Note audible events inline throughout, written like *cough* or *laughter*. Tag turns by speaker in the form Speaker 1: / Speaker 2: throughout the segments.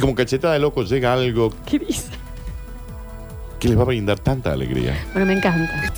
Speaker 1: como cachetada de loco llega algo
Speaker 2: ¿Qué dice?
Speaker 1: que les va a brindar tanta alegría.
Speaker 2: Bueno, me encanta.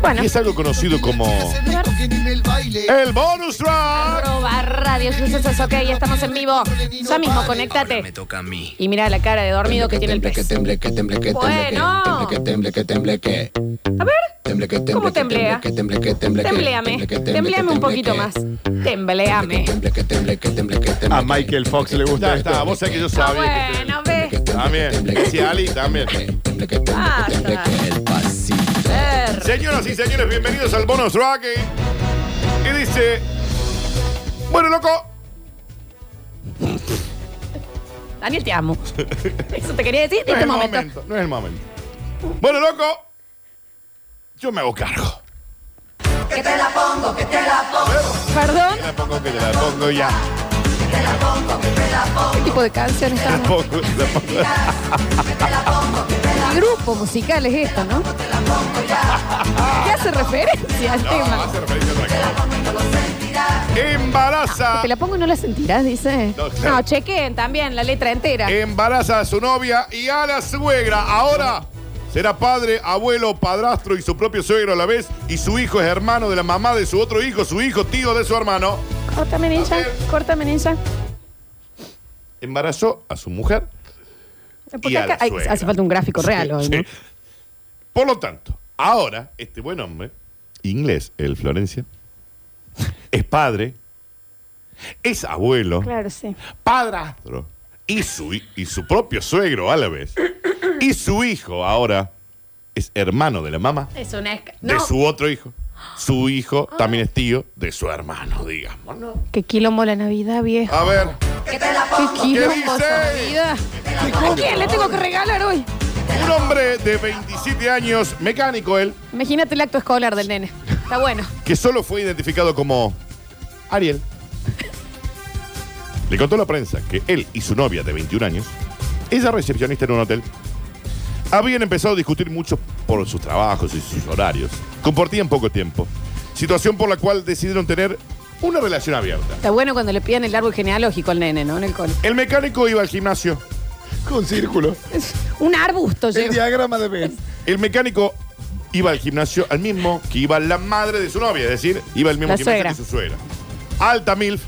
Speaker 2: Bueno.
Speaker 1: Y es algo conocido como el bonus track.
Speaker 2: Arroba Radio Sucesos, ok, ya estamos en vivo. Ya mismo,
Speaker 3: Me
Speaker 2: conéctate.
Speaker 3: toca a mí.
Speaker 2: Y mira la cara de dormido que tiene el
Speaker 4: temble, que
Speaker 2: pez.
Speaker 4: temble, que temble, que temble, que
Speaker 2: Bueno.
Speaker 4: temble, que temble, que temble, que
Speaker 2: A ver,
Speaker 4: temble, que temble,
Speaker 2: ¿Cómo
Speaker 4: que temble,
Speaker 2: temblea?
Speaker 4: que temble, que temble, que
Speaker 2: tembleame.
Speaker 4: temble, que temble, que
Speaker 2: Tembleame un
Speaker 4: temble,
Speaker 2: poquito
Speaker 4: que-
Speaker 2: más.
Speaker 4: que
Speaker 2: Tembleame.
Speaker 4: temble, que temble, que temble, que temble,
Speaker 5: A
Speaker 4: que-
Speaker 5: Michael Fox le gusta
Speaker 1: Ya
Speaker 5: esto.
Speaker 1: está, vos sabés que yo
Speaker 2: Ah,
Speaker 1: sabía. que-
Speaker 2: bueno,
Speaker 4: que
Speaker 2: ve.
Speaker 4: temble, que temble,
Speaker 1: También,
Speaker 4: que
Speaker 1: sí, Ali, también.
Speaker 4: temble, que temble, que temble,
Speaker 2: Basta.
Speaker 4: que el pasito.
Speaker 2: Ver.
Speaker 1: Señoras y señores, bienvenidos al bonus track. eh, Que dice: Bueno, loco,
Speaker 2: Daniel, te amo. Eso te quería decir en
Speaker 1: no
Speaker 2: este
Speaker 1: es el
Speaker 2: momento.
Speaker 1: momento. No es el momento. Bueno, loco, yo me hago cargo.
Speaker 2: Perdón.
Speaker 1: Que la pongo, que te la pongo ya. *laughs*
Speaker 6: ¿Qué tipo de canción
Speaker 1: Te la
Speaker 6: estamos?
Speaker 1: pongo, te la pongo.
Speaker 6: ¿Qué grupo musical es esto,
Speaker 4: *laughs*
Speaker 6: no? ¿Qué hace referencia al
Speaker 1: No,
Speaker 6: tema?
Speaker 1: Ah, hace referencia a otra cosa. Embaraza.
Speaker 6: Te la pongo y no la sentirás, dice.
Speaker 1: No, claro. Eh,
Speaker 2: No, chequen también la letra entera.
Speaker 1: Embaraza a su novia y a la suegra. Ahora será padre, abuelo, padrastro y su propio suegro a la vez. Y su hijo es hermano de la mamá de su otro hijo, su hijo tío de su hermano.
Speaker 2: Córtame, ninja.
Speaker 1: A ver.
Speaker 2: Córtame, ninja.
Speaker 1: Embarazó a su mujer.
Speaker 2: Porque
Speaker 1: Y a la
Speaker 2: acá hay-
Speaker 1: suegra.
Speaker 2: hace falta un gráfico real hoy, ¿no?
Speaker 1: Sí. Por lo tanto, ahora este buen hombre, inglés, el Florencia, es padre, es abuelo,
Speaker 2: Claro, sí.
Speaker 1: padrastro y su, hi- y su propio suegro a la vez. Y su hijo ahora es hermano de la mamá.
Speaker 2: Es una esca-
Speaker 1: de
Speaker 2: No.
Speaker 1: su otro hijo. Su hijo también es tío de su hermano, digamos, ¿no?
Speaker 6: Qué quilombo la Navidad, viejo.
Speaker 1: A ver,
Speaker 6: Qué quilombo
Speaker 1: dice?
Speaker 6: esa Navidad. ¿A quién le tengo que regalar hoy?
Speaker 1: un hombre de 27 años, mecánico él,
Speaker 6: Imagínate el acto escolar del nene. Está bueno.
Speaker 1: que solo fue identificado como Ariel. Le contó la prensa que él y su novia de 21 años, ella recepcionista en un hotel, habían empezado a discutir mucho por sus trabajos y sus horarios. Compartían poco tiempo, situación por la cual decidieron tener una relación abierta.
Speaker 6: Está bueno cuando le piden el árbol genealógico al nene, ¿no? En el cole.
Speaker 1: El mecánico iba al gimnasio,
Speaker 5: Con círculo.
Speaker 6: Es un arbusto
Speaker 5: El
Speaker 6: lleva.
Speaker 5: diagrama de Ben.
Speaker 1: El mecánico iba al gimnasio al mismo que iba la madre de su novia, es decir, iba al mismo
Speaker 6: La
Speaker 1: gimnasio
Speaker 6: suegra.
Speaker 1: que su suegra. Alta Milf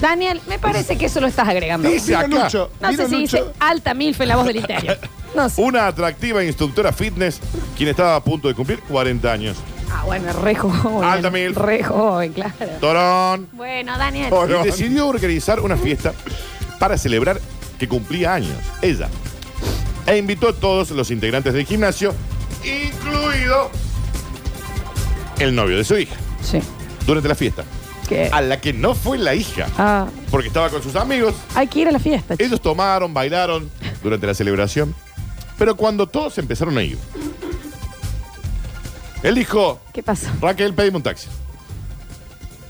Speaker 6: Daniel, me parece que eso lo estás agregando.
Speaker 1: dice
Speaker 5: Mira,
Speaker 1: acá,
Speaker 5: Lucho.
Speaker 6: No sé
Speaker 5: Mira,
Speaker 6: si dice
Speaker 5: Lucho.
Speaker 6: alta milfe en la
Speaker 1: *laughs*
Speaker 6: voz del interior. No sé.
Speaker 1: una atractiva instructora fitness quien estaba a punto de cumplir 40 años.
Speaker 6: Ah, bueno, re joven.
Speaker 1: Alta mil.
Speaker 6: Re joven, claro.
Speaker 1: Torón
Speaker 6: Bueno, Daniel.
Speaker 1: Y decidió organizar una fiesta para celebrar que cumplía años, ella. E invitó a todos los integrantes del gimnasio, incluido el novio de su hija,
Speaker 6: Sí.
Speaker 1: durante la fiesta,
Speaker 6: ¿Qué?
Speaker 1: a la que no fue la hija,
Speaker 6: Ah,
Speaker 1: porque estaba con sus amigos.
Speaker 6: hay que ir a la fiesta. chico.
Speaker 1: Ellos tomaron, bailaron durante la celebración, pero cuando todos empezaron a ir, él dijo,
Speaker 6: ¿Qué pasó?
Speaker 1: Raquel, pedime un taxi.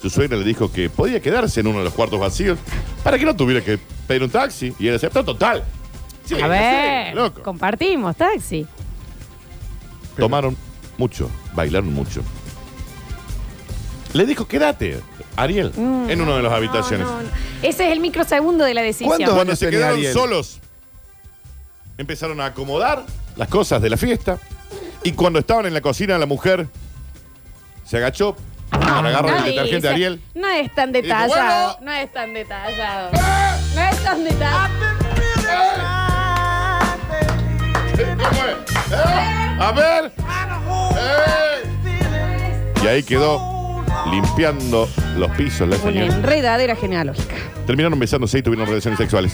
Speaker 1: Su suegra le dijo que podía quedarse en uno de los cuartos vacíos para que no tuviera que pedir un taxi y él aceptó total. Sí,
Speaker 6: a
Speaker 1: no sé,
Speaker 6: ver,
Speaker 1: loco.
Speaker 6: compartimos taxi.
Speaker 1: Tomaron mucho, bailaron mucho. Le dijo, quédate, Ariel, en una de las habitaciones.
Speaker 6: Mm. No, no, no. Ese es el microsegundo de la decisión.
Speaker 5: ¿Cuándo?
Speaker 1: Cuando
Speaker 5: años
Speaker 1: se
Speaker 5: tenía
Speaker 1: quedaron
Speaker 5: Ariel?
Speaker 1: solos, empezaron a acomodar las cosas de la fiesta. Y cuando estaban en la cocina, la mujer se agachó para agarrar el
Speaker 6: No
Speaker 1: detergente
Speaker 6: dice.
Speaker 1: de Ariel.
Speaker 6: No es tan
Speaker 1: dijo,
Speaker 6: detallado.
Speaker 1: bueno.
Speaker 6: No es tan detallado. No es tan detallado.
Speaker 1: ¿Cómo es? ¿Eh? A ver. ¿Eh? Y ahí quedó limpiando los pisos la
Speaker 6: Una
Speaker 1: señora.
Speaker 6: enredadera genealógica.
Speaker 1: Terminaron besándose y tuvieron relaciones sexuales.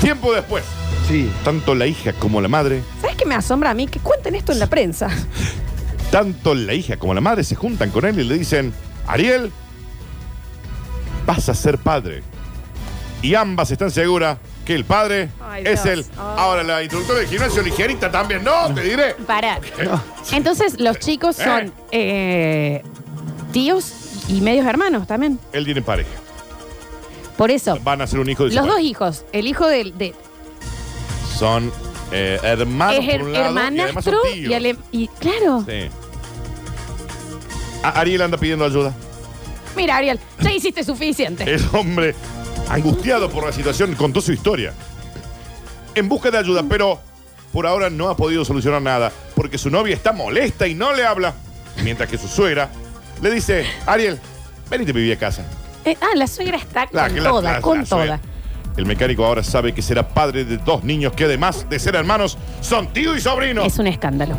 Speaker 1: Tiempo después,
Speaker 5: Sí.
Speaker 1: tanto la hija como la madre
Speaker 6: ¿Sabes qué me asombra a mí? Que cuenten esto en la prensa.
Speaker 1: Tanto la hija como la madre se juntan con él y le dicen, Ariel, vas a ser padre. Y ambas están seguras que el padre
Speaker 6: Ay,
Speaker 1: es
Speaker 6: Dios. Ah.
Speaker 1: él. Ahora la instructora de gimnasio ligerita también, no, te diré.
Speaker 6: Pará. Entonces, los chicos
Speaker 1: eh.
Speaker 6: son eh, tíos y medios hermanos también.
Speaker 1: Él tiene pareja.
Speaker 6: Por eso,
Speaker 1: Van a ser un hijo de su
Speaker 6: los dos
Speaker 1: padre.
Speaker 6: hijos, el hijo del- de,
Speaker 1: Son eh, hermanos
Speaker 6: es
Speaker 1: por
Speaker 6: her-
Speaker 1: un lado y además son
Speaker 6: hermanastro y,
Speaker 1: tíos.
Speaker 6: ale- y claro.
Speaker 1: Sí. A- Ariel anda pidiendo ayuda.
Speaker 6: Mira, Ariel, ya hiciste suficiente.
Speaker 1: El hombre angustiado por la situación, contó su historia. En busca de ayuda, pero por ahora no ha podido solucionar nada porque su novia está molesta y no le habla. Mientras que su suegra le dice, Ariel, venite a vivir a casa.
Speaker 6: Eh, ah, la suegra está con
Speaker 1: La- la-
Speaker 6: toda,
Speaker 1: la-
Speaker 6: con
Speaker 1: la
Speaker 6: toda.
Speaker 1: suegra. El mecánico ahora sabe que será padre de dos niños que además de ser hermanos, son tío y sobrino.
Speaker 6: Es un escándalo.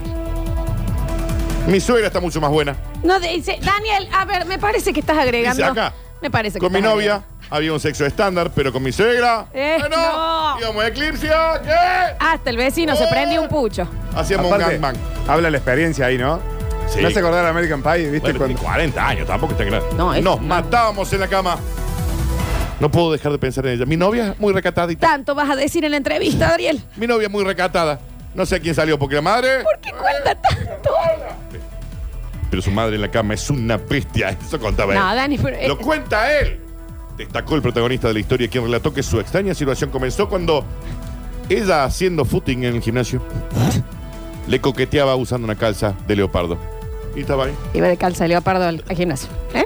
Speaker 1: Mi suegra está mucho más buena.
Speaker 6: No, dice, Daniel, a ver, me parece que estás agregando.
Speaker 1: Dice acá.
Speaker 6: Me parece que
Speaker 1: Con mi
Speaker 6: estás
Speaker 1: novia
Speaker 6: agregando.
Speaker 1: había un sexo estándar, pero con mi suegra...
Speaker 6: Eh,
Speaker 1: bueno,
Speaker 6: no.
Speaker 1: íbamos a eclipse, ¿qué?
Speaker 6: Hasta el vecino se
Speaker 1: Eh.
Speaker 6: prendió un pucho.
Speaker 1: Hacíamos
Speaker 5: Aparte,
Speaker 1: un gangbang.
Speaker 5: habla la experiencia ahí, ¿no?
Speaker 1: Sí.
Speaker 5: Me hace acordar a American Pie, ¿viste?
Speaker 1: Bueno,
Speaker 5: Este Cuando-
Speaker 1: tiene 40 años, tampoco está grande.
Speaker 6: No, es-
Speaker 1: Nos matábamos en la cama. No puedo dejar de pensar en ella. Mi novia es muy recatadita.
Speaker 6: Tanto vas a decir en la entrevista, Daniel.
Speaker 1: Mi novia es muy recatada. No sé a quién salió porque la madre.
Speaker 6: ¿Por qué cuenta tanto?
Speaker 1: Pero su madre en la cama es una bestia. *laughs* Eso contaba él.
Speaker 6: No, Dani, pero. eh,
Speaker 1: Lo cuenta él. Destacó el protagonista de la historia, quien relató que su extraña situación comenzó cuando ella, haciendo footing en el gimnasio, le coqueteaba usando una calza de leopardo. Y estaba ahí.
Speaker 6: Iba de calza, leopardo al al gimnasio. ¿Eh?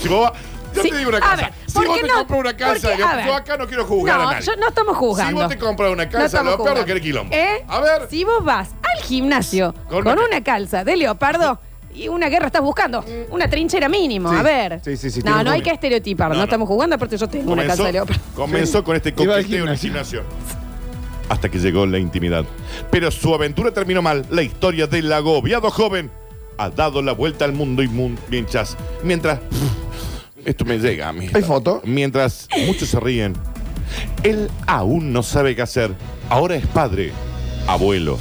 Speaker 1: Si vos va- yo
Speaker 6: Sí,
Speaker 1: te digo una
Speaker 6: a
Speaker 1: cosa.
Speaker 6: ver,
Speaker 1: si
Speaker 6: ¿por
Speaker 1: vos
Speaker 6: qué
Speaker 1: te
Speaker 6: no?
Speaker 1: compras una casa,
Speaker 6: Porque,
Speaker 1: yo,
Speaker 6: a ver.
Speaker 1: yo acá no quiero juzgar
Speaker 6: no,
Speaker 1: a nadie.
Speaker 6: yo- no estamos jugando.
Speaker 1: Si vos te compras una casa,
Speaker 6: estamos
Speaker 1: lo peor
Speaker 6: jugando.
Speaker 1: que era quilombo.
Speaker 6: ¿Eh?
Speaker 1: A ver.
Speaker 6: Si vos vas al gimnasio
Speaker 1: Con
Speaker 6: con,
Speaker 1: una-
Speaker 6: una calza de leopardo y una guerra estás buscando,
Speaker 1: Mm.
Speaker 6: una trinchera mínimo,
Speaker 5: Sí,
Speaker 6: a ver.
Speaker 5: sí, sí, sí, tiene
Speaker 6: no,
Speaker 5: un
Speaker 6: no hay
Speaker 5: punto.
Speaker 6: que estereotipar, no,
Speaker 1: No, no.
Speaker 6: estamos jugando, aparte yo tengo una calza de leopardo.
Speaker 1: comenzó
Speaker 5: Sí.
Speaker 1: con
Speaker 5: *laughs*
Speaker 1: este
Speaker 5: Iba al
Speaker 1: coqueteo en el gimnasio. Hasta que llegó la intimidad. Pero su aventura terminó mal. La historia del agobiado joven ha dado la vuelta al mundo y mun- mientras. Mientras. Esto me llega a mí.
Speaker 5: ¿Hay foto?
Speaker 1: Mientras muchos se ríen. Él aún no sabe qué hacer. Ahora es padre, abuelo,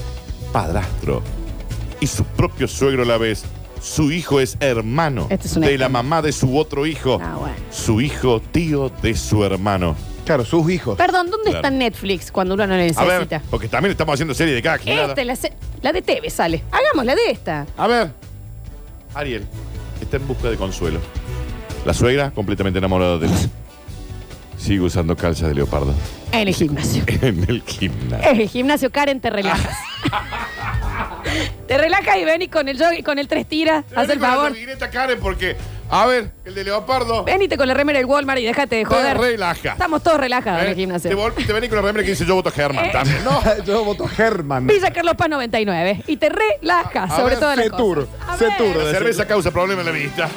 Speaker 1: padrastro y su propio suegro a la vez. Su hijo es hermano
Speaker 6: Este es un
Speaker 1: de
Speaker 6: ejemplo.
Speaker 1: la mamá de su otro hijo.
Speaker 6: Ah, bueno.
Speaker 1: Su hijo tío de su hermano.
Speaker 5: Claro, sus hijos.
Speaker 6: Perdón, ¿dónde
Speaker 1: Claro.
Speaker 6: está Netflix cuando uno no lo
Speaker 1: A
Speaker 6: necesita? Este.
Speaker 1: ver, porque también estamos haciendo serie de cada gilada.
Speaker 6: Esta, la, se- la de TV sale. Hagamos la de esta.
Speaker 1: A ver. Ariel está en busca de consuelo. La suegra completamente enamorada de él. Sigue usando calza de leopardo *laughs*
Speaker 6: En el gimnasio.
Speaker 1: en el gimnasio.
Speaker 6: En el gimnasio, Karen, te relajas. *laughs* te relajas y venís con el jogging, con el tres tiras, haz el
Speaker 1: Vení con la
Speaker 6: favor.
Speaker 1: servilleta, Karen, porque, a ver, el de leopardo. eh,
Speaker 6: Venite con la remera del Walmart y dejate de
Speaker 1: Te
Speaker 6: joder.
Speaker 1: relaja.
Speaker 6: Estamos todos relajados en
Speaker 1: ¿eh?
Speaker 6: el
Speaker 1: Te,
Speaker 6: gimnasio.
Speaker 1: vol- te venís con la remera que dice yo voto a Germán
Speaker 6: Eh.
Speaker 1: también. No,
Speaker 5: *laughs* Yo voto Germán.
Speaker 6: Villa Carlos Paz 99. Y te relajas,
Speaker 1: A- a
Speaker 6: sobre
Speaker 1: ver,
Speaker 6: todo en
Speaker 5: Setur, Setur.
Speaker 1: la cerveza causa problemas en la vista.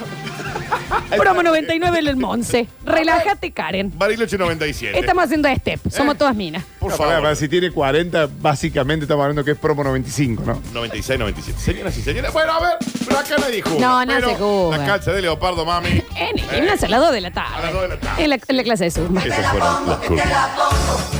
Speaker 6: Promo 99 en el Monse. Relájate, Karen.
Speaker 1: Bariloche 97.
Speaker 6: Estamos haciendo step.
Speaker 1: Eh.
Speaker 6: Somos todas minas.
Speaker 1: Por
Speaker 5: No,
Speaker 1: favor.
Speaker 5: pará, pará, si tiene 40, básicamente estamos hablando que es promo 95, ¿no?
Speaker 1: 96, 97. Señoras y señores. Bueno, a ver, pero acá nadie juzga.
Speaker 6: No, no
Speaker 1: Pero
Speaker 6: se Eh, juzga.
Speaker 1: La calza de leopardo,
Speaker 6: *laughs*
Speaker 1: mami.
Speaker 6: En el gimnasio a las 2 de la tarde.
Speaker 1: Eh. A las 2 de la tarde.
Speaker 6: En la, en la clase de Zumba.
Speaker 1: Esas fueron las curvas.